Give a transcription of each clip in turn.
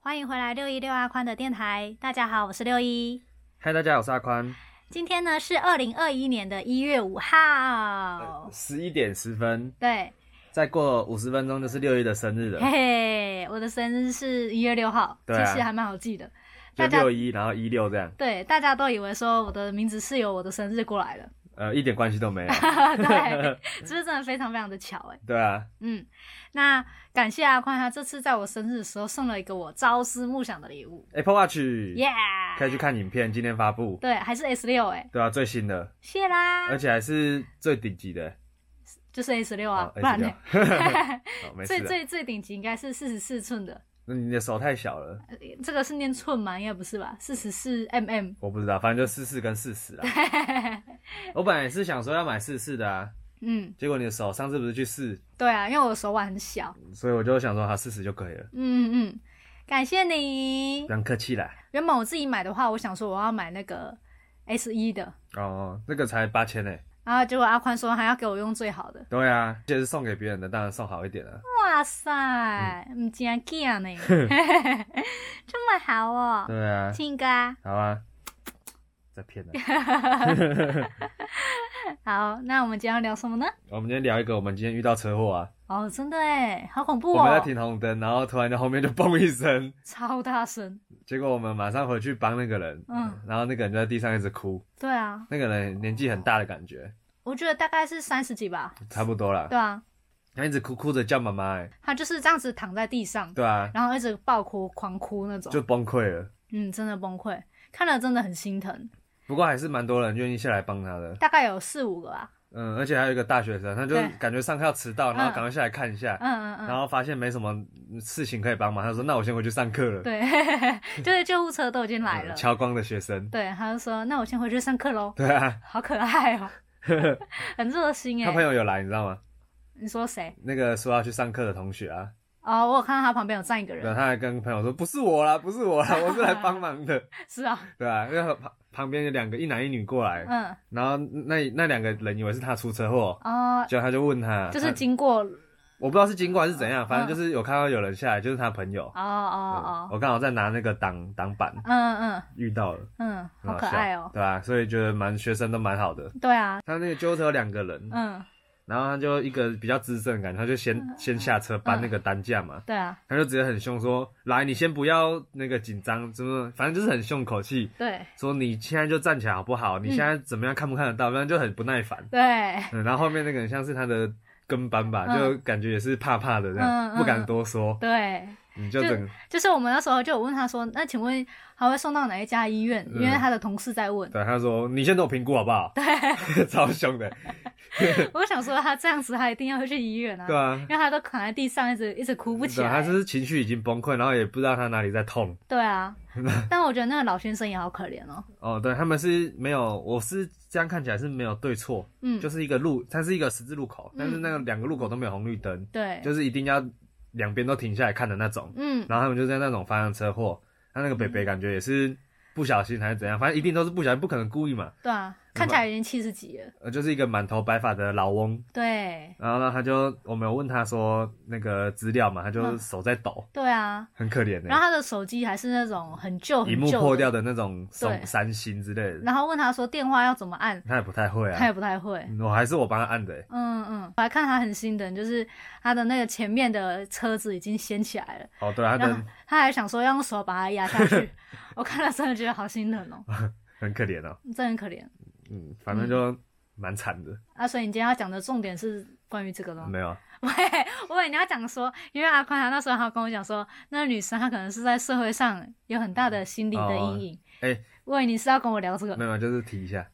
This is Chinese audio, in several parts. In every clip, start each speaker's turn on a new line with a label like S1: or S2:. S1: 欢迎回来六一六阿宽的电台，大家好，我是六一。
S2: 嗨，大家好，我是阿宽。
S1: 今天呢是二零二一年的一月五号，
S2: 十一点十分，
S1: 对，
S2: 再过五十分钟就是六一的生日
S1: 嘿
S2: 了，
S1: 嘿，我的生日是一月六号，
S2: 对啊
S1: 其实还蛮好记的。
S2: 就
S1: 大家
S2: 六一，然后一六这样，
S1: 对，大家都以为说我的名字是由我的生日过来 的，
S2: 呃，一点关系 都没有。
S1: 对，就是真的非常非常的巧哎。
S2: 对啊，
S1: 嗯，那感谢阿宽他这次在我生日的时候送了一个我朝思暮想的礼物
S2: Apple Watch，
S1: ，Yeah，
S2: 可以去看影片，今天发布。
S1: 对，还是 S 六哎，
S2: 对啊，最新的，
S1: 谢啦，
S2: 而且还是最顶级的。
S1: 就是 S 六啊
S2: 哦，
S1: 不然呢？
S2: 好，没事
S1: 最
S2: 了。
S1: 最最顶级应该是四十四寸的，
S2: 那你的手太小了，
S1: 呃这个是念寸吗？应该不是吧？四十四 mm，
S2: 我不知道，反正就四四跟四十啦。我本来也是想说要买四四的啊，
S1: 嗯，
S2: 结果你的手上次不是去试，
S1: 对啊，因为我手腕很小，
S2: 所以我就想说好四十就可以了，
S1: 嗯嗯嗯，感谢你
S2: 不。用客气啦。
S1: 原本我自己买的话，我想说我要买那个 S 一的，
S2: 哦，那个才八千呢。
S1: 然后结果阿宽说还要给我用最好的，
S2: 对啊，这是送给别人的，当然送好一点啊了。
S1: 哇塞，
S2: 嗯
S1: 唔真假 呢，这么好哦，
S2: 对啊，
S1: 庆哥啊。
S2: 好啊，在骗 人。
S1: 好，那我们今天要聊什么呢？
S2: 我们今天聊一个，我们今天遇到车祸啊，
S1: 哦，真的哎，好恐怖
S2: 我们在
S1: 哦，
S2: 停红灯，然后突然在后面就嘣一声，
S1: 超大声，
S2: 结果我们马上回去帮那个人，
S1: 嗯，
S2: 然后那个人就在地上一直哭，
S1: 对啊，
S2: 那个人年纪很大的感觉，
S1: 我觉得大概是三十几吧，
S2: 差不多啦，
S1: 对啊，
S2: 他一直哭哭着叫妈妈、欸，
S1: 他就是这样子躺在地上，
S2: 对啊，
S1: 然后一直爆哭、狂哭那种
S2: 就，崩溃了。
S1: 嗯，真的崩溃，看了真的很心疼。
S2: 不过还是蛮多人愿意下来帮他的，
S1: 大概有四五个啊吧，
S2: 嗯，而且还有一个大学生，他就
S1: 对
S2: 感觉上课要迟到，然后
S1: 嗯
S2: 赶快下来看一下，
S1: 嗯嗯
S2: 然
S1: 嗯，
S2: 后发现没什么事情可以帮忙，他说那我先回去上课了。
S1: 对， 就是救护车都已经来了
S2: 嗯，乔光的学生，
S1: 对，他就说那我先回去上课喽，
S2: 对啊，
S1: 好可爱 哦，很热心
S2: 他朋
S1: 哎。
S2: 友有来，你知道吗？
S1: 你说谁？
S2: 那个说要去上课的同学啊，
S1: 哦，我有看到他旁边有站一个
S2: 对，
S1: 人，
S2: 他还跟朋友说不是我啦，不是我 啦，我是来帮忙的，
S1: 是啊，
S2: 对啊，因为旁旁边有两个一男一女过来，
S1: 嗯，
S2: 然后那那两个人以为是他出车祸，
S1: 哦，
S2: 结果他就问他，
S1: 就是
S2: 他
S1: 经过，
S2: 我不知道是经过还是怎样，反正就是有看到有人下来，就是他朋友，
S1: 哦
S2: 嗯
S1: 哦哦，
S2: 我刚好在拿那个挡挡板
S1: 嗯嗯
S2: 遇到了，
S1: 嗯，
S2: 很
S1: 好可爱哦
S2: 笑，对啊，所以觉得蛮学生都蛮好的。
S1: 对啊，
S2: 他那个救护车有两个人，
S1: 嗯，
S2: 然后他就一个比较资深的感觉，他就先先下车
S1: 嗯
S2: 搬那个担架嘛，
S1: 对啊，
S2: 他就直接很凶说：“来，你先不要那个紧张，怎么，反正就是很凶口气，
S1: 对
S2: 说你现在就站起来好不
S1: 嗯
S2: 好？你现在怎么样看不看得到？不然就很不耐烦。
S1: 对，
S2: 嗯，然后后面那个人像是他的跟班吧，
S1: 嗯
S2: 就感觉也是怕怕的这样，
S1: 嗯嗯
S2: 不敢多说，
S1: 对，
S2: 你就整
S1: 就是我们那时候就有问他说，那请问还会送到哪一家医院？因
S2: 嗯
S1: 为他的同事在问，
S2: 对他说：你先等我评估好不好？ 对，超凶的，
S1: 我想说他这样子，他一定要去医院啊，
S2: 对啊。
S1: 因为他都躺在地上，一直一直哭不起
S2: 对啊
S1: 来。
S2: 他就是情绪已经崩溃，然后也不知道他哪里在痛。
S1: 对 啊，但我觉得那个老先生也好可怜哦。
S2: 哦，对，他们是没有，我是这样看起来是没有对错，
S1: 嗯，
S2: 就是一个路，它是一个十字路口，但是那个两个路口都没有红绿灯，
S1: 对，
S2: 就是一定要两边都停下来看的那种。
S1: 嗯，
S2: 然后他们就在那种发生车祸，他那个北北感觉也是不小心还是怎样，反正一定都是不小心，不可能故意嘛。
S1: 对啊，看起来已经七十几了。
S2: 呃，就是一个满头白发的老翁，
S1: 对，
S2: 然后呢，他就我们有问他说那个资料嘛，他就
S1: 嗯
S2: 手在抖，
S1: 对啊，
S2: 很可怜的、
S1: 然后他的手机还是那种很旧
S2: 屏
S1: 很
S2: 幕
S1: 旧
S2: 破
S1: 的
S2: 掉的那种
S1: 对
S2: 手三星之类的，
S1: 然后问他说电话要怎么按，
S2: 他也不太会
S1: 他
S2: 啊，
S1: 也不太会。
S2: 嗯我还是我帮他按的、欸
S1: 嗯嗯，我还看他很心疼，就是他的那个前面的车子已经掀起来了。
S2: 哦，对啊，他
S1: 然
S2: 的
S1: 后他还想说要用手把它压下 去，我看了真的觉得好心疼哦，
S2: 很可怜哦，
S1: 真的很可怜
S2: 嗯，反正就蛮惨的，
S1: 啊！所以你今天要讲的重点是关于这个的吗？
S2: 没有啊。
S1: 喂，我以为你要讲说，因为阿宽他那时候还跟我讲说，那女生她可能是在社会上有很大的心理的阴影。
S2: 哦哎
S1: 我以为你是要跟我聊这个
S2: 没，有，就是提一 下。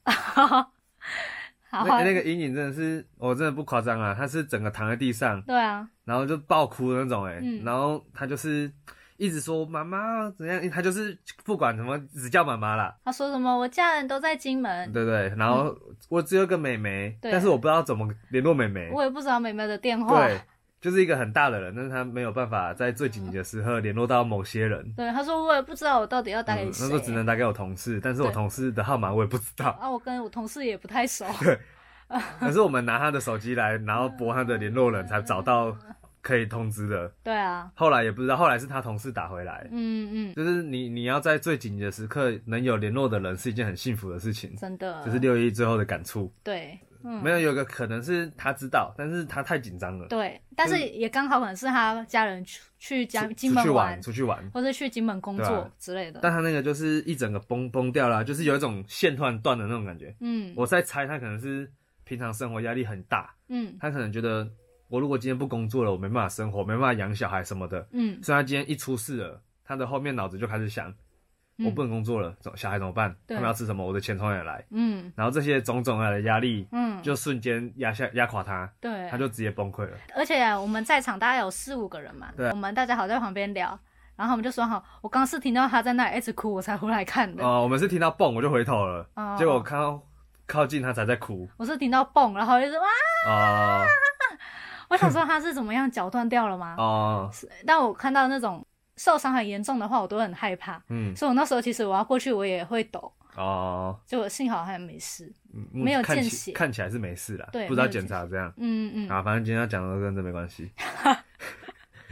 S1: 好
S2: 那
S1: 啊，
S2: 那个阴影真的是，我真的不夸张啊，他是整个躺在地上，
S1: 对啊，
S2: 然后就爆哭的那种、欸，哎、
S1: 嗯
S2: 然后他就是一直说妈妈怎样，他就是不管什么，只叫妈妈啦，
S1: 他说什么我家人都在金门，
S2: 对不对？然后我只有个妹妹，
S1: 嗯对
S2: 但是我不知道怎么联络妹妹，
S1: 我也不知道妹妹的电话。
S2: 对，就是一个很大的人，但是他没有办法在最紧急的时候联络到某些人。
S1: 对，他说我也不知道我到底要打
S2: 嗯
S1: 给
S2: 那
S1: 谁、
S2: 时候只能打给我同事，但是我
S1: 对
S2: 同事的号码我也不知 道。
S1: 啊，我跟我同事也不太熟。
S2: 可是我们拿他的手机来，然后拨他的联络人，才找到可以通知的。
S1: 对啊，
S2: 后来也不知道，后来是他同事打回来，
S1: 嗯嗯，
S2: 就是你你要在最紧急的时刻能有联络的人是一件很幸福的事情，
S1: 真的，
S2: 这是六一最后的感触。
S1: 对，嗯，
S2: 没有有个可能是他知道，但是他太紧张了，
S1: 对，但是也刚好可能是他家人去去家
S2: 出
S1: 金
S2: 出
S1: 门
S2: 去玩出去玩，
S1: 或者去金门工
S2: 对
S1: 作
S2: 啊
S1: 之类的。
S2: 但他那个就是一整个崩崩掉了，就是有一种线突然断的那种感觉。
S1: 嗯
S2: 我在猜他可能是平常生活压力很大，
S1: 嗯
S2: 他可能觉得我如果今天不工作了，我没办法生活，没办法养小孩什么的，
S1: 嗯，
S2: 所以他今天一出事了，他的后面脑子就开始想，
S1: 嗯
S2: 我不能工作了，怎么小孩怎么办？他
S1: 对
S2: 们要吃什么？我的钱从哪里来？
S1: 嗯
S2: 然后这些种种的压力
S1: 嗯，
S2: 就瞬间压下压垮他，
S1: 对，
S2: 他就直接崩溃了。
S1: 而且我们在场大概有四五个人嘛，
S2: 对啊
S1: 我们大家好在旁边聊，然后我们就说好，我刚是听到他在那里一直哭，我才回来看的。
S2: 哦、我们是听到蹦我就回头了，
S1: 哦
S2: 结果我看到靠近他才在哭
S1: 我是听到蹦，然后就是哇，
S2: 哦
S1: 我想说他是怎么样 绞断掉了吗？
S2: 哦，
S1: 是但我看到那种受伤很严重的话，我都很害怕，
S2: 嗯
S1: 所以我那时候其实我要过去我也会抖，
S2: 哦，
S1: 结果幸好还没事。
S2: 嗯
S1: 没有
S2: 看
S1: 见
S2: 起
S1: 血
S2: 看起来是没事啦，
S1: 对
S2: 不知道
S1: 没有见
S2: 检查这样。
S1: 嗯嗯，
S2: 啊，反正今天要讲的跟这没关 系，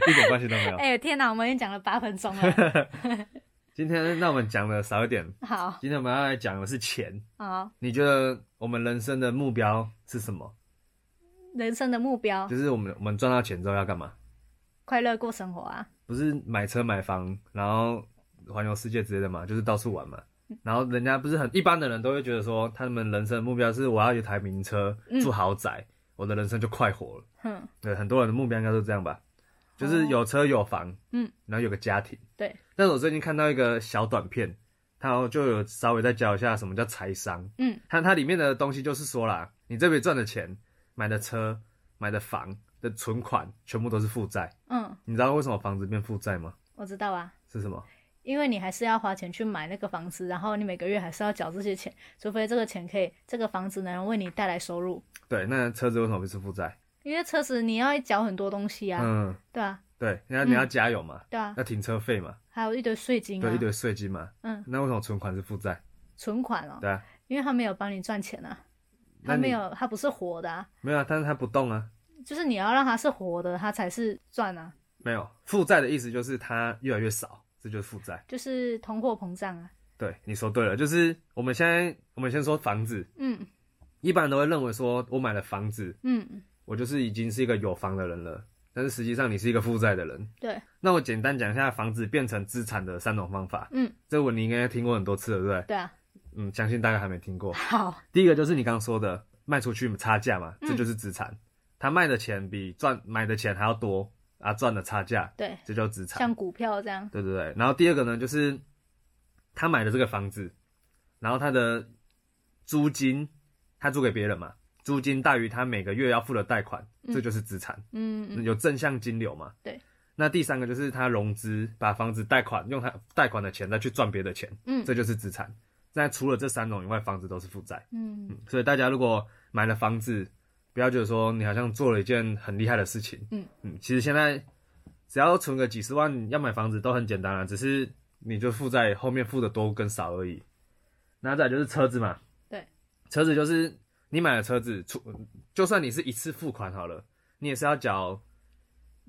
S2: 一点关系都没有。
S1: 哎、天哪，我们已经讲了八分钟了，
S2: 今天那我们讲的少一点，
S1: 好
S2: 今天我们要来讲的是钱。
S1: 好，
S2: 你觉得我们人生的目标是什么？
S1: 人生的目标，
S2: 就是我们我们赚到钱之后要干嘛？
S1: 快乐过生活啊，
S2: 不是买车买房，然后环游世界之类的嘛，就是到处玩嘛。然后人家不是很一般的人都会觉得说，他们人生的目标是我要有一台名车，
S1: 嗯
S2: 住豪宅，我的人生就快活了。
S1: 哼，
S2: 对，很多人的目标应该都是这样吧，就是有车有房，
S1: 哦嗯，
S2: 然后有个家庭。
S1: 对，
S2: 但是我最近看到一个小短片，它就有稍微在教一下什么叫财商。
S1: 嗯，
S2: 它它里面的东西就是说啦，你这边赚的钱、买的车、买的房的存款，全部都是负债。
S1: 嗯，
S2: 你知道为什么房子变负债吗？
S1: 我知道啊。
S2: 是什么？
S1: 因为你还是要花钱去买那个房子，然后你每个月还是要缴这些钱，除非这个钱可以，这个房子能为你带来收入。
S2: 对，那车子为什么会是负债？
S1: 因为车子你要缴很多东西啊，
S2: 嗯，
S1: 对啊，
S2: 对，你要你要加油嘛，
S1: 对啊，
S2: 要停车费嘛，
S1: 还有一堆税金啊，
S2: 对，一堆税金嘛。
S1: 嗯，
S2: 那为什么存款是负债？
S1: 存款哦，
S2: 对啊，
S1: 因为他没有帮你赚钱啊，
S2: 那
S1: 他
S2: 你
S1: 没有，他不是活的啊，
S2: 没有啊，但是它不动啊。
S1: 就是你要让他是活的，他才是赚啊，
S2: 没有，负债的意思就是它越来越少，这就是负债。
S1: 就是通货膨胀啊，
S2: 对，你说对了，就是我们现在，我们先说房子，
S1: 嗯
S2: 一般人都会认为说，我买了房子，
S1: 嗯，
S2: 我就是已经是一个有房的人了，但是实际上你是一个负债的人。
S1: 对，
S2: 那我简单讲一下房子变成资产的三种方法，
S1: 嗯，
S2: 这我你应该听过很多次了，对不对？
S1: 对啊，
S2: 嗯，相信大家还没听过。
S1: 好，
S2: 第一个就是你刚刚说的卖出去差价嘛，
S1: 嗯
S2: 这就是资产，他卖的钱比赚买的钱还要多，啊，赚的差价，
S1: 对，
S2: 这叫资产。
S1: 像股票这样，
S2: 对对对。然后第二个呢，就是他买的这个房子，然后他的租金他租给别人嘛，租金大于他每个月要付的贷款，
S1: 嗯
S2: 这就是资产，
S1: 嗯嗯，
S2: 有正向金流嘛。
S1: 对。
S2: 那第三个就是他融资，把房子贷款，用他贷款的钱再去赚别的钱，
S1: 嗯
S2: 这就是资产。那除了这三种以外，房子都是负债。
S1: 嗯
S2: 所以大家如果买了房子，不要觉得说你好像做了一件很厉害的事情。
S1: 嗯
S2: 嗯，其实现在只要存个几十万，要买房子都很简单了、啊只是你就负债后面付的多跟少而已。那再来就是车子嘛，
S1: 对，
S2: 车子就是你买了车子，出就算你是一次付款好了，你也是要缴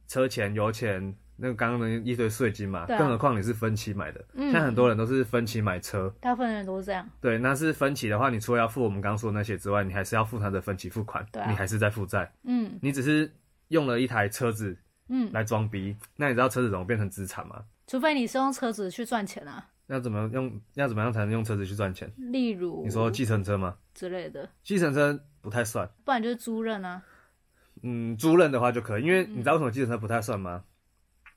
S2: 车钱、油钱，那个刚刚的一堆税金嘛，
S1: 对啊
S2: 更何况你是分期买的。
S1: 嗯
S2: 现在很多人都是分期买车，
S1: 大部分人都是这样，
S2: 对，那是分期的话，你除了要付我们刚刚说的那些之外，你还是要付他的分期付款，
S1: 对啊
S2: 你还是在负债，
S1: 嗯
S2: 你只是用了一台车子
S1: 嗯，
S2: 来装逼。那你知道车子怎么变成资产吗？
S1: 除非你是用车子去赚钱啊，
S2: 要怎么用？要怎么样才能用车子去赚钱？
S1: 例如
S2: 你说计程车吗？
S1: 之类的，
S2: 计程车不太算，
S1: 不然就是租赁啊。
S2: 嗯，租赁的话就可以，因
S1: 嗯
S2: 为你知道为什么计程车不太算吗？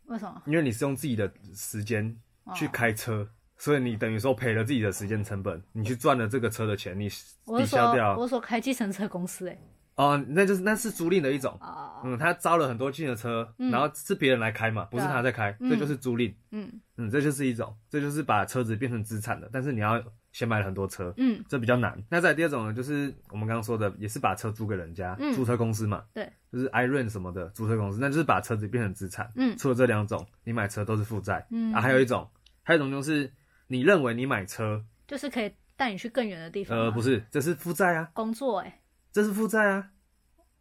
S1: 为什么？
S2: 因为你是用自己的时间
S1: 哦
S2: 去开车，所以你等于说赔了自己的时间成本，你去赚了这个车的钱，你
S1: 我
S2: 抵
S1: 是说
S2: 消，掉
S1: 我。是说开计程车公司哎、
S2: 哦，那就是那是租赁的一种。
S1: 啊、
S2: 嗯，他招了很多进的车，
S1: 嗯
S2: 然后是别人来开嘛，不是
S1: 对啊
S2: 他在开，
S1: 嗯
S2: 这就是租赁。
S1: 嗯
S2: 嗯，这就是一种，这就是把车子变成资产的，但是你要先买了很多车，
S1: 嗯
S2: 这比较难。那再来第二种呢，就是我们刚刚说的，也是把车租给人家，
S1: 嗯
S2: 租车公司嘛，
S1: 对，
S2: 就是 i r o n 什么的租车公司，那就是把车子变成资产。
S1: 嗯
S2: 除了这两种，你买车都是负债。
S1: 嗯
S2: 啊，还有一种，还有一种就是你认为你买车，
S1: 就是可以带你去更远的地方、
S2: 呃，不
S1: 是
S2: 是，这是负债啊，
S1: 工作哎、
S2: 这是负债啊，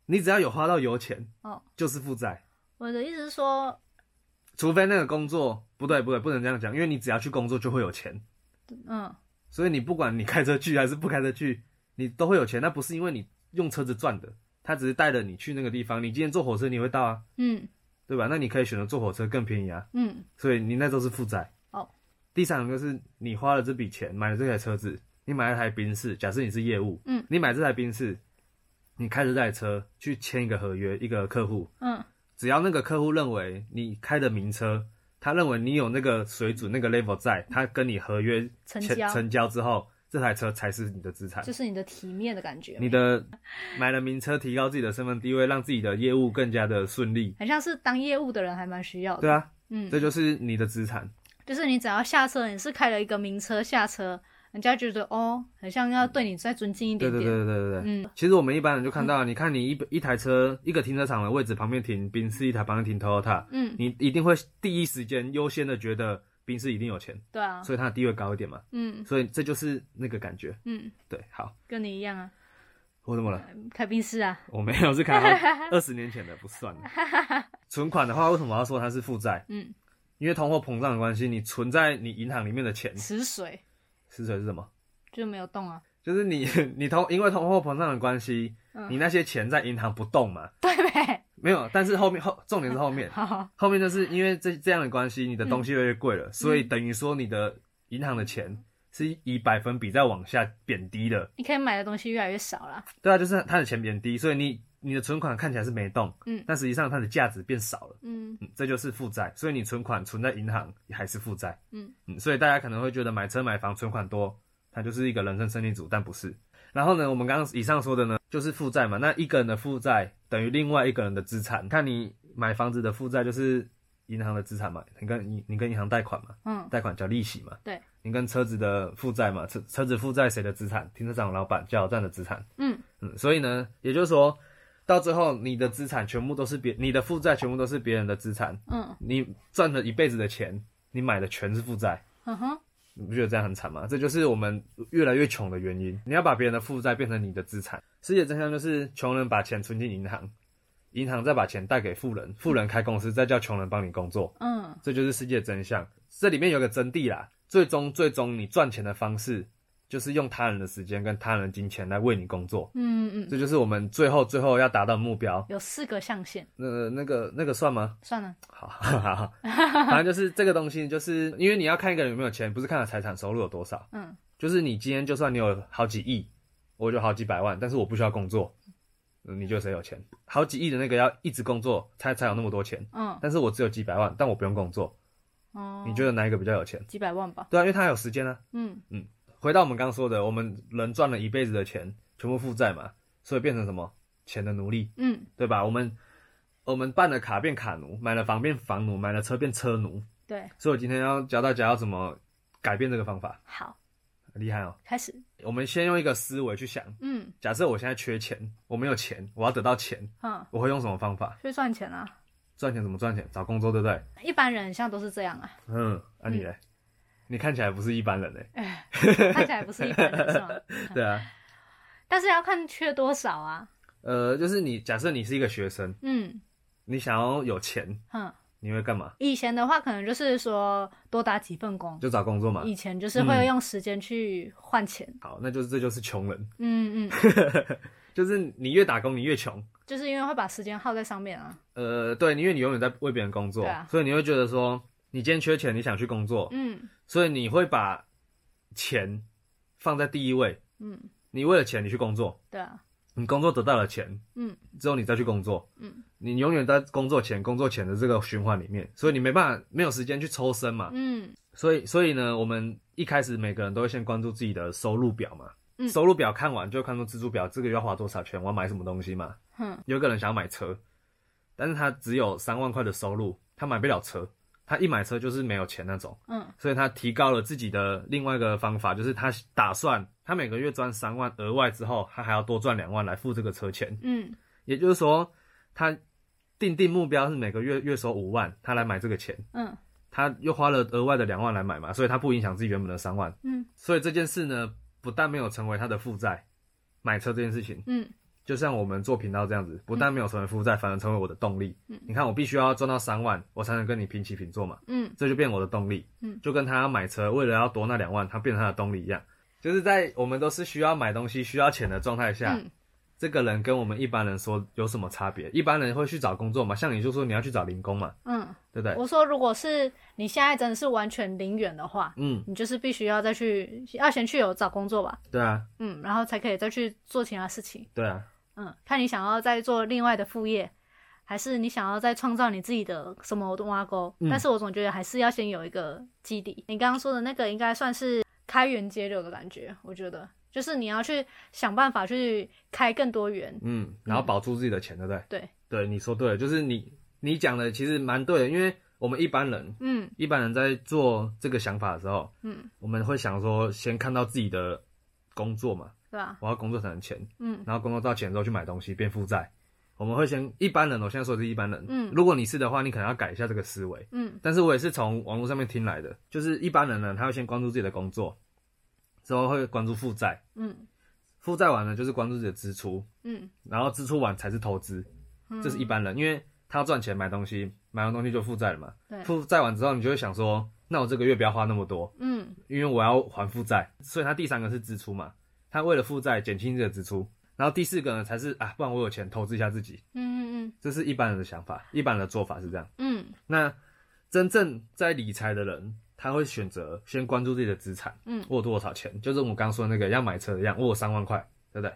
S2: 你只要有花到油钱，
S1: 哦，
S2: 就是负债。
S1: 我的意思是说，
S2: 除非那个工作不对不对，不能这样讲，因为你只要去工作就会有钱，
S1: 嗯，
S2: 所以你不管你开车去还是不开车去，你都会有钱。那不是因为你用车子赚的，他只是带了你去那个地方。你今天坐火车你会到啊，
S1: 嗯
S2: 对吧？那你可以选择坐火车更便宜啊，
S1: 嗯，
S2: 所以你那都是负债。
S1: 哦，
S2: 第三个就是你花了这笔钱买了这台车子，你买了台宾士，假设你是业务，
S1: 嗯，
S2: 你买这台宾士，你开着这台车去签一个合约，一个客户，
S1: 嗯，
S2: 只要那个客户认为你开的名车，他认为你有那个水准、那个 level 在，他跟你合约
S1: 成
S2: 签
S1: 交
S2: 成交之后，这台车才是你的资产。
S1: 就是你的体面的感觉，
S2: 你的买了名车，提高自己的身份地位，让自己的业务更加的顺利。
S1: 很像是当业务的人还蛮需要的。
S2: 对啊，
S1: 嗯，
S2: 这就是你的资产。
S1: 就是你只要下车，你是开了一个名车下车，人家觉得哦，很像要对你再尊敬一
S2: 对
S1: 点
S2: 对
S1: 点。
S2: 对对对对对。
S1: 嗯
S2: 其实我们一般人就看到，你 看你一一台车，一个停车场的位置旁边停宾士，一台旁边停 Toyota，
S1: 嗯，
S2: 你一定会第一时间优先的觉得宾士一定有钱，
S1: 对啊，
S2: 所以它的地位高一点嘛。
S1: 嗯
S2: 所以这就是那个感觉。
S1: 嗯，
S2: 对，好，
S1: 跟你一样啊，
S2: 我怎么了？
S1: 开宾士啊，
S2: 我没有，是 看到二十年前的，不算了。存款的话，为什么要说它是负债？
S1: 嗯，
S2: 因为通货膨胀的关系，你存在你银行里面的钱，
S1: 死水
S2: 是水是什么？
S1: 就没有动啊，
S2: 就是你 你通因为通货膨胀的关系，
S1: 嗯
S2: 你那些钱在银行不动嘛？
S1: 对呗？
S2: 没有，但是后面后重点是后面，
S1: 好，
S2: 后面就是因为这这样的关系，你的东西越来越贵了，所以等于说你的银行的钱是以百分比在往下贬低的。
S1: 你可以买的东西越来越少了。
S2: 对啊，就是它的钱贬低，所以你你的存款看起来是没动，
S1: 嗯
S2: 但实际上它的价值变少了。
S1: 嗯
S2: 嗯，这就是负债，所以你存款存在银行还是负债。
S1: 嗯
S2: 嗯，所以大家可能会觉得买车买房存款多，它就是一个人生胜利组，但不是。然后呢，我们刚刚以上说的呢，就是负债嘛。那一个人的负债等于另外一个人的资产。看你买房子的负债就是银行的资产嘛，你跟你你跟银行贷款嘛，
S1: 嗯，
S2: 贷款叫利息嘛。
S1: 对。
S2: 你跟车子的负债嘛，车车子负债谁的资产？停车场老板、加油站的资产。
S1: 嗯
S2: 嗯，所以呢，也就是说，到最后你的资产全部都是别，你的负债全部都是别人的资产。
S1: 嗯
S2: 你赚了一辈子的钱，你买的全是负债，
S1: 嗯哼，
S2: 你不觉得这样很惨吗？这就是我们越来越穷的原因。你要把别人的负债变成你的资产。世界真相就是，穷人把钱存进银行，银行再把钱贷给富人，富人开公司，再叫穷人帮你工作，
S1: 嗯
S2: 这就是世界真相。这里面有个真谛啦，最终最终你赚钱的方式，就是用他人的时间跟他人的金钱来为你工作。
S1: 嗯嗯，
S2: 这就是我们最后最后要达到的目标。
S1: 有四个象限，
S2: 那那个那个算吗？
S1: 算了，
S2: 好， 好好，反正就是这个东西，就是因为你要看一个人有没有钱，不是看他财产收入有多少。
S1: 嗯，
S2: 就是你今天就算你有好几亿，我有好几百万，但是我不需要工作，嗯你就谁有钱？好几亿的那个要一直工作才才有那么多钱，
S1: 嗯
S2: 但是我只有几百万，但我不用工作，
S1: 哦，
S2: 你觉得哪一个比较有钱？
S1: 几百万吧？
S2: 对啊，因为他有时间啊。
S1: 嗯
S2: 回到我们刚说的，我们人赚了一辈子的钱，全部负债嘛，所以变成什么？钱的奴隶，
S1: 嗯，
S2: 对吧？我们我们办了卡变卡奴，买了房变房奴，买了车变车奴，
S1: 对，
S2: 所以我今天要教大家要怎么改变这个方法，
S1: 好，
S2: 厉害哦！
S1: 开始，
S2: 我们先用一个思维去想，
S1: 嗯
S2: 假设我现在缺钱，我没有钱，我要得到钱，
S1: 嗯，
S2: 我会用什么方法？
S1: 去赚钱啊。
S2: 赚钱怎么赚钱？找工作对不对？
S1: 一般人像都是这样 啊，
S2: 嗯，啊你嘞？你看起来不是一般人嘞，
S1: 哎， 看起来不是一般人是吗？
S2: 对啊，
S1: 但是要看缺多少啊，
S2: 呃，就是你假设你是一个学生，
S1: 嗯
S2: 你想要有钱，
S1: 哼。
S2: 你会干嘛？
S1: 以前的话，可能就是说多打几份工，
S2: 就找工作嘛。
S1: 以前就是会用时间去换钱，
S2: 好，那就是这就是穷人，
S1: 嗯嗯，
S2: 就是你越打工你越穷。
S1: 就是因为会把时间耗在上面啊，
S2: 呃，对，因为你永远在为别人工作，
S1: 对啊
S2: 所以你会觉得说，你今天缺钱，你想去工作，
S1: 嗯
S2: 所以你会把钱放在第一位。
S1: 嗯，
S2: 你为了钱，你去工作，
S1: 对啊，
S2: 你工作得到了钱，
S1: 嗯
S2: 之后你再去工作，
S1: 嗯
S2: 你永远在工作前、工作前的这个循环里面，所以你没办法没有时间去抽身嘛。
S1: 嗯
S2: 所以，所以呢，我们一开始每个人都会先关注自己的收入表嘛。
S1: 嗯
S2: 收入表看完就看出支出表，这个月要花多少钱，我要买什么东西嘛。
S1: 哼，
S2: 有一个人想要买车，但是他只有三万块的收入，他买不了车，他一买车就是没有钱那种。
S1: 嗯
S2: 所以他提高了自己的另外一个方法，就是他打算他每个月赚三万，额外之后他还要多赚两万来付这个车钱。
S1: 嗯
S2: 也就是说，他定定目标是每个月月收五万，他来买这个钱，
S1: 嗯
S2: 他又花了额外的两万来买嘛，所以他不影响自己原本的三万。
S1: 嗯
S2: 所以这件事呢，不但没有成为他的负债，买车这件事情，
S1: 嗯
S2: 就像我们做频道这样子，不但没有成为负债，反而成为我的动力。
S1: 嗯
S2: 你看，我必须要赚到三万，我才能跟你平起平坐嘛，
S1: 嗯，
S2: 这就变我的动力。
S1: 嗯
S2: 就跟他要买车，为了要多那两万，他变成他的动力一样。就是在我们都是需要买东西、需要钱的状态下，
S1: 嗯
S2: 这个人跟我们一般人说有什么差别？一般人会去找工作嘛，像你就说你要去找零工嘛，
S1: 嗯，
S2: 对不对？
S1: 我说如果是你现在真的是完全零元的话，
S2: 嗯，
S1: 你就是必须要再去，要先去有找工作吧，
S2: 对啊，
S1: 嗯，然后才可以再去做其他事情，
S2: 对啊，
S1: 嗯，看你想要再做另外的副业，还是你想要再创造你自己的什么挖沟，
S2: 嗯
S1: 但是我总觉得还是要先有一个基底。你刚刚说的那个应该算是开源节流的感觉，我觉得就是你要去想办法去开更多源，
S2: 嗯，然后保住自己的钱，对不对？
S1: 对，
S2: 对，你说对了，就是你你讲的其实蛮对的，因为我们一般人
S1: 嗯
S2: 一般人在做这个想法的时候，
S1: 嗯，
S2: 我们会想说，先看到自己的工作嘛，
S1: 对吧？
S2: 我要工作才能钱，
S1: 嗯
S2: 然后工作到钱之后去买东西变负债。我们会先一般人，我现在说的是一般人，
S1: 嗯
S2: 如果你是的话，你可能要改一下这个思维。
S1: 嗯
S2: 但是我也是从网络上面听来的，就是一般人呢，他会先关注自己的工作，之后会关注负债，
S1: 嗯
S2: 负债完了就是关注自己的支出，
S1: 嗯
S2: 然后支出完才是投资，
S1: 嗯，
S2: 这是一般人，因为他要赚钱买东西，买完东西就负债了嘛。
S1: 对，
S2: 负债完之后，你就会想说，那我这个月不要花那么多，
S1: 嗯
S2: 因为我要还负债。所以他第三个是支出嘛，他为了负债减轻这个支出。然后第四个呢才是啊，不然我有钱投资一下自己，
S1: 嗯嗯
S2: 这是一般人的想法，一般人的做法是这样。
S1: 嗯
S2: 那真正在理财的人，他会选择先关注自己的资产，
S1: 嗯
S2: 我有多少钱，就是我刚说的那个要买车一样，我有三万块，对不对？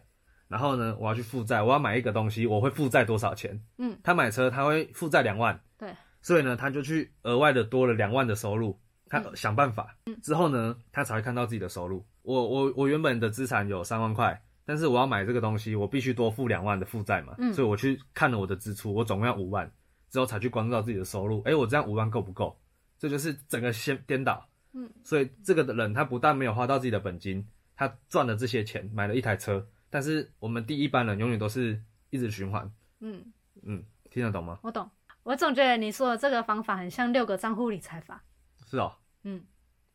S2: 然后呢，我要去负债，我要买一个东西，我会负债多少钱？
S1: 嗯，
S2: 他买车他会负债两万，
S1: 对，
S2: 所以呢，他就去额外的多了两万的收入，他
S1: 嗯
S2: 想办法，之后呢，他才会看到自己的收入。我我我原本的资产有三万块，但是我要买这个东西，我必须多付两万的负债嘛，
S1: 嗯
S2: 所以我去看了我的支出，我总共要五万，之后才去关注到自己的收入，诶，我这样五万够不够？这就是整个先颠倒，
S1: 嗯，
S2: 所以这个的人他不但没有花到自己的本金，他赚了这些钱买了一台车，但是我们第一班人永远都是一直循环，
S1: 嗯。
S2: 嗯，听得懂吗？
S1: 我懂，我总觉得你说的这个方法很像六个账户理财法。
S2: 是哦，
S1: 嗯，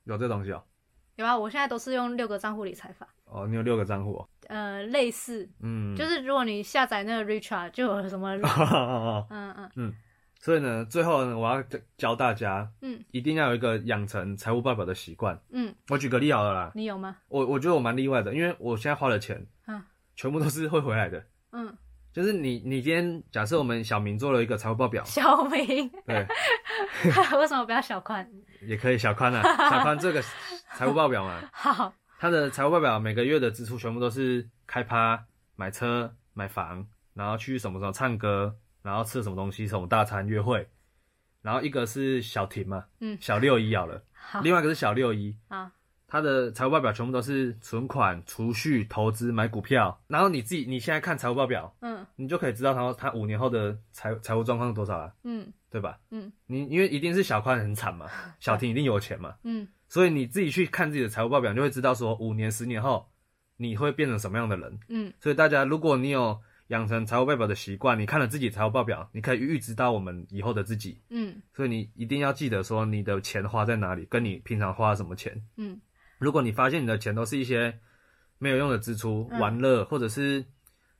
S2: 有这东西哦。
S1: 有啊，我现在都是用六个账户理财法。
S2: 哦，你有六个账户、哦，
S1: 呃，类似，
S2: 嗯，
S1: 就是如果你下载那个 Richard，就有什么，嗯嗯
S2: 所以呢，最后呢，我要教大家，
S1: 嗯，
S2: 一定要有一个养成财务报表的习惯。
S1: 嗯，
S2: 我举个例好了啦，
S1: 你有吗？
S2: 我我觉得我蛮例外的，因为我现在花的钱，
S1: 嗯，
S2: 全部都是会回来的。
S1: 嗯，，
S2: 就是你你今天假设我们小明做了一个财务报表
S1: 小明，
S2: 对，
S1: 为什么不要小宽？
S2: 也可以小宽啊，小宽这个财务报表嘛，
S1: 好，
S2: 他的财务报表每个月的支出全部都是开趴、买车、买房，然后去什么什么唱歌，然后吃什么东西、什么大餐、约会，然后一个是小婷嘛，
S1: 嗯哦
S2: 小六一好了，
S1: 好
S2: 另外一个是小六一，
S1: 好，
S2: 他的财务报表全部都是存款、储蓄、投资、买股票，然后你自己你现在看财务报表，
S1: 嗯
S2: 你就可以知道他他五年后的财财务状况是多少了、啊
S1: 嗯
S2: 对吧？
S1: 嗯，
S2: 你因为一定是小宽很惨嘛，小婷一定有钱嘛，
S1: 嗯
S2: 所以你自己去看自己的财务报表，你就会知道说五年、十年后你会变成什么样的人。
S1: 嗯
S2: 所以大家，如果你有养成财务报表的习惯，你看了自己财务报表，你可以预知到我们以后的自己。
S1: 嗯
S2: 所以你一定要记得说你的钱花在哪里，跟你平常花什么钱。
S1: 嗯
S2: 如果你发现你的钱都是一些没有用的支出，
S1: 嗯
S2: 玩乐或者是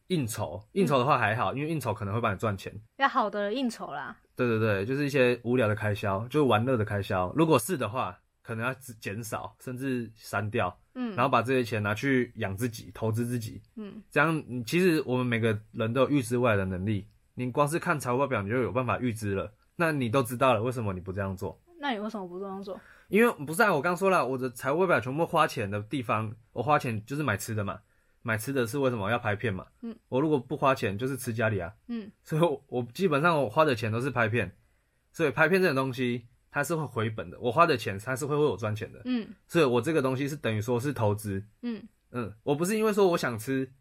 S2: 应酬，应酬的话还好，因为应酬可能会帮你赚钱。
S1: 要好的应酬啦。
S2: 对对对，就是一些无聊的开销，就是玩乐的开销。如果是的话，可能要减少，甚至删掉。
S1: 嗯，
S2: 然后把这些钱拿去养自己、投资自己，
S1: 嗯
S2: 这样你其实我们每个人都有预知未来的能力。你光是看财务报表，你就有办法预知了。那你都知道了，为什么你不这样做？
S1: 那你为什么不这样做？
S2: 因为不是啊，我刚说了，我的财务报表全部花钱的地方，我花钱就是买吃的嘛，买吃的是为什么要拍片嘛？
S1: 嗯，
S2: 我如果不花钱，就是吃家里啊，
S1: 嗯
S2: 所以我我基本上我花的钱都是拍片，所以拍片这种东西它是会回本的，我花的钱它是会为我赚钱的，
S1: 嗯
S2: 所以我这个东西是等于说是投资，
S1: 嗯，
S2: 嗯，我不是因为说我想吃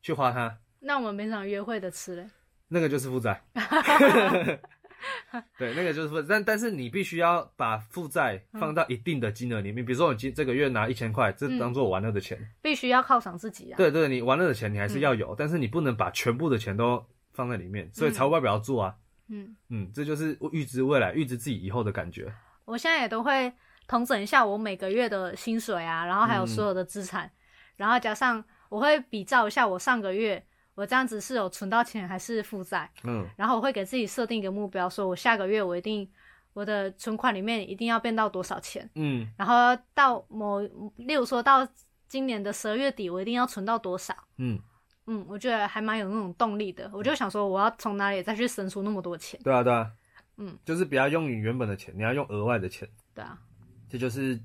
S2: 去花它，
S1: 那我们平常约会的吃嘞？
S2: 那个就是负债。对，那个就是负，但但是你必须要把负债放到一定的金额里面，比如说我今这个月拿一千块，这当做我玩乐的钱。
S1: 必须要犒赏自己啊。
S2: 对对，你玩乐的钱你还是要有，但是你不能把全部的钱都放在里面，所以财务报表要做啊。
S1: 嗯，
S2: 嗯，这就是预知未来、预知自己以后的感觉。
S1: 我现在也都会统整一下我每个月的薪水啊，然后还有所有的资产，然后加上我会比照一下我上个月我我这样子是有存到钱还是负债，
S2: 嗯，
S1: 然后我会给自己设定一个目标，说我下个月我一定我的存款里面一定要变到多少钱，
S2: 嗯
S1: 然后到某，例如说到今年的十二月底，我一定要存到多少。
S2: 嗯，
S1: 嗯，我觉得还蛮有那种动力的。我就想说，我要从哪里再去生出那么多钱？
S2: 对啊对啊，
S1: 嗯，
S2: 就是不要用你原本的钱，你要用额外的钱，
S1: 对啊，
S2: 这就是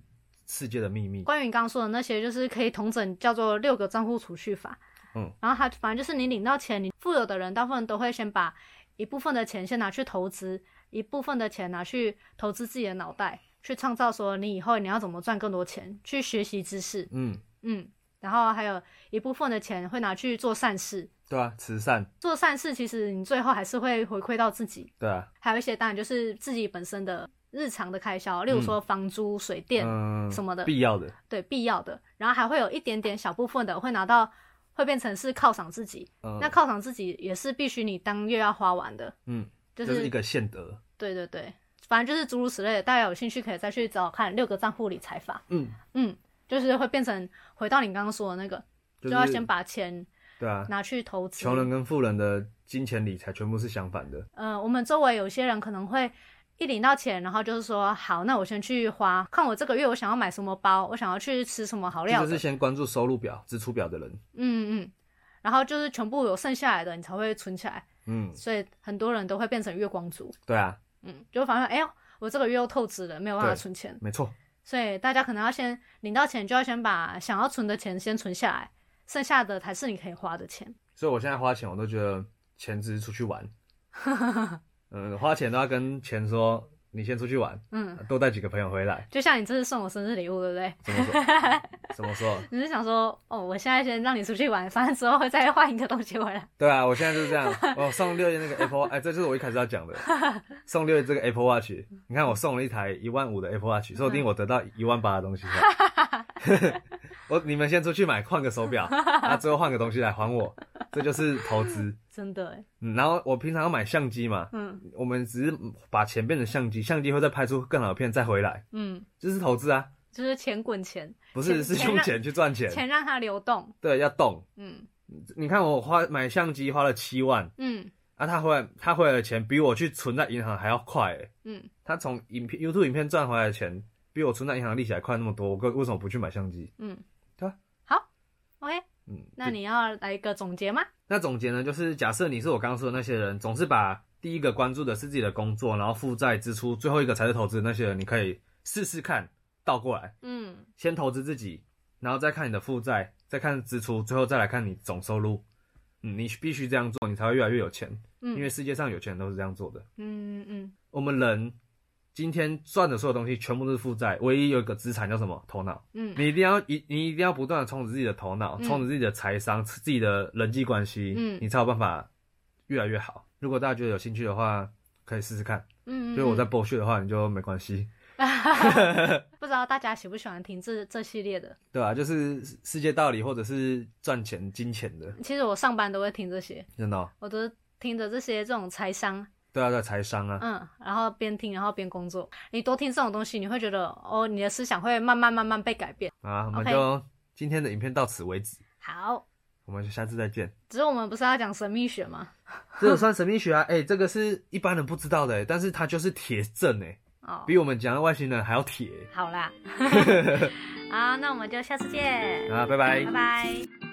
S2: 世界的秘密。
S1: 关于你刚刚说的那些，就是可以统整叫做六个账户储蓄法。
S2: 嗯，
S1: 然后它反正就是你领到钱，你富有的人大部分都会先把一部分的钱先拿去投资，一部分的钱拿去投资自己的脑袋，去创造说你以后你要怎么赚更多钱，去学习知识。
S2: 嗯，
S1: 嗯，然后还有一部分的钱会拿去做善事。
S2: 对啊，慈善，
S1: 做善事，其实你最后还是会回馈到自己。
S2: 对啊，
S1: 还有一些当然就是自己本身的日常的开销，例如说房租、水电，
S2: 嗯，
S1: 什么的
S2: 必要的，
S1: 对必要的，然后还会有一点点小部分的会拿到，会变成是犒赏自己。
S2: 嗯，
S1: 那犒赏自己也是必须你当月要花完的，
S2: 嗯，
S1: 就
S2: 这
S1: 是
S2: 是一个现得，
S1: 对对对，反正就是诸如此类的。大家有兴趣可以再去找看六个账户理财法，
S2: 嗯，
S1: 嗯，就是会变成回到你刚刚说的那个，就
S2: 就
S1: 是要先把钱
S2: 对啊，
S1: 拿去投资，
S2: 穷人跟富人的金钱理财全部是相反的，
S1: 呃，我们周围有些人可能会一领到钱，然后就是说，好，那我先去花，看我这个月我想要买什么包，我想要去吃什么好
S2: 这
S1: 料
S2: 就
S1: 的，
S2: 是先关注收入表、支出表的人，
S1: 嗯嗯，然后就是全部有剩下来的，你才会存起来，
S2: 嗯，
S1: 所以很多人都会变成月光族，
S2: 对啊，
S1: 嗯，就反正哎呦，我这个月又透支了，没有办法
S2: 对
S1: 存钱，
S2: 没错，
S1: 所以大家可能要先领到钱，就要先把想要存的钱先存下来，剩下的才是你可以花的钱。
S2: 所以我现在花钱，我都觉得钱只是出去玩，嗯，花钱都要跟钱说，你先出去玩，
S1: 嗯，
S2: 多带几个朋友回来，
S1: 就像你这次送我生日礼物，对不对？
S2: 怎么说？怎么说？
S1: 你是想说，哦，我现在先让你出去玩， 反正之后会再换一个东西回来。
S2: 对啊，我现在就是这样。我送六月那个 Apple，Watch，哎，这就是我一开始要讲的。送六月这个 Apple Watch，你看我送了一台一万五的 Apple Watch，说不定我得到一万八的东西。我你们先出去买，换个手表，然后最后换个东西来还我，这就是投资。
S1: 真的欸，
S2: 嗯，然后我平常要买相机嘛，
S1: 嗯
S2: 我们只是把钱变成相机，相机会再拍出更好的片再回来，
S1: 嗯，
S2: 这是投资啊，
S1: 就是钱滚钱，
S2: 不是
S1: 钱
S2: 是用
S1: 钱
S2: 钱去赚钱。
S1: 钱让它流动。
S2: 对，要动。
S1: 嗯
S2: 你看我花买相机花了七万，
S1: 嗯
S2: 啊，他回来他回来的钱比我去存在银行还要快、欸，
S1: 嗯，
S2: 他从影片 YouTube 影片赚回来的钱比我存在银行利息还快那么多，我为为什么不去买相机？
S1: 嗯，
S2: 对啊
S1: 好，OK，
S2: 嗯，
S1: 那
S2: 对
S1: 你要来一个总结吗？
S2: 那总结呢，就是假设你是我刚刚说的那些人，总是把第一个关注的是自己的工作，然后负债支出，最后一个才是投资的那些人，你可以试试看倒过来，
S1: 嗯
S2: 先投资自己，然后再看你的负债，再看支出，最后再来看你总收入。嗯，你必须这样做，你才会越来越有钱，
S1: 嗯，
S2: 因为世界上有钱人都是这样做的。
S1: 嗯嗯
S2: 我们人今天赚的所有东西全部都是负债，唯一有一个资产叫什么？头脑。
S1: 嗯
S2: 你一定要一你一定要不断的充实自己的头脑，
S1: 嗯
S2: 充实自己的财商，自己的人际关系，
S1: 嗯
S2: 你才有办法越来越好。如果大家觉得有兴趣的话，可以试试看。
S1: 嗯，
S2: 所以我在
S1: 嗯
S2: 剥削的话，你就没关系，
S1: 不知道大家喜不喜欢听这这系列的。
S2: 对吧、啊就是世界道理或者是赚钱、金钱的，
S1: 其实我上班都会听这些，
S2: 真的哦、
S1: 我都是听着这些这种财商，
S2: 对啊，对啊财商啊，
S1: 嗯，然后边听然后边工作。你多听这种东西，你会觉得哦，你的思想会慢慢慢慢被改变。
S2: 啊，我们
S1: OK
S2: 就今天的影片到此为止，
S1: 好，
S2: 我们就下次再见。
S1: 只是我们不是要讲神秘学吗？
S2: 这有算神秘学啊？哎、这个是一般人不知道的、但是它就是铁证哎、
S1: 哦，
S2: 比我们讲的外星人还要铁、
S1: 好啦，好，那我们就下次见，
S2: 啊！拜拜
S1: 拜。拜。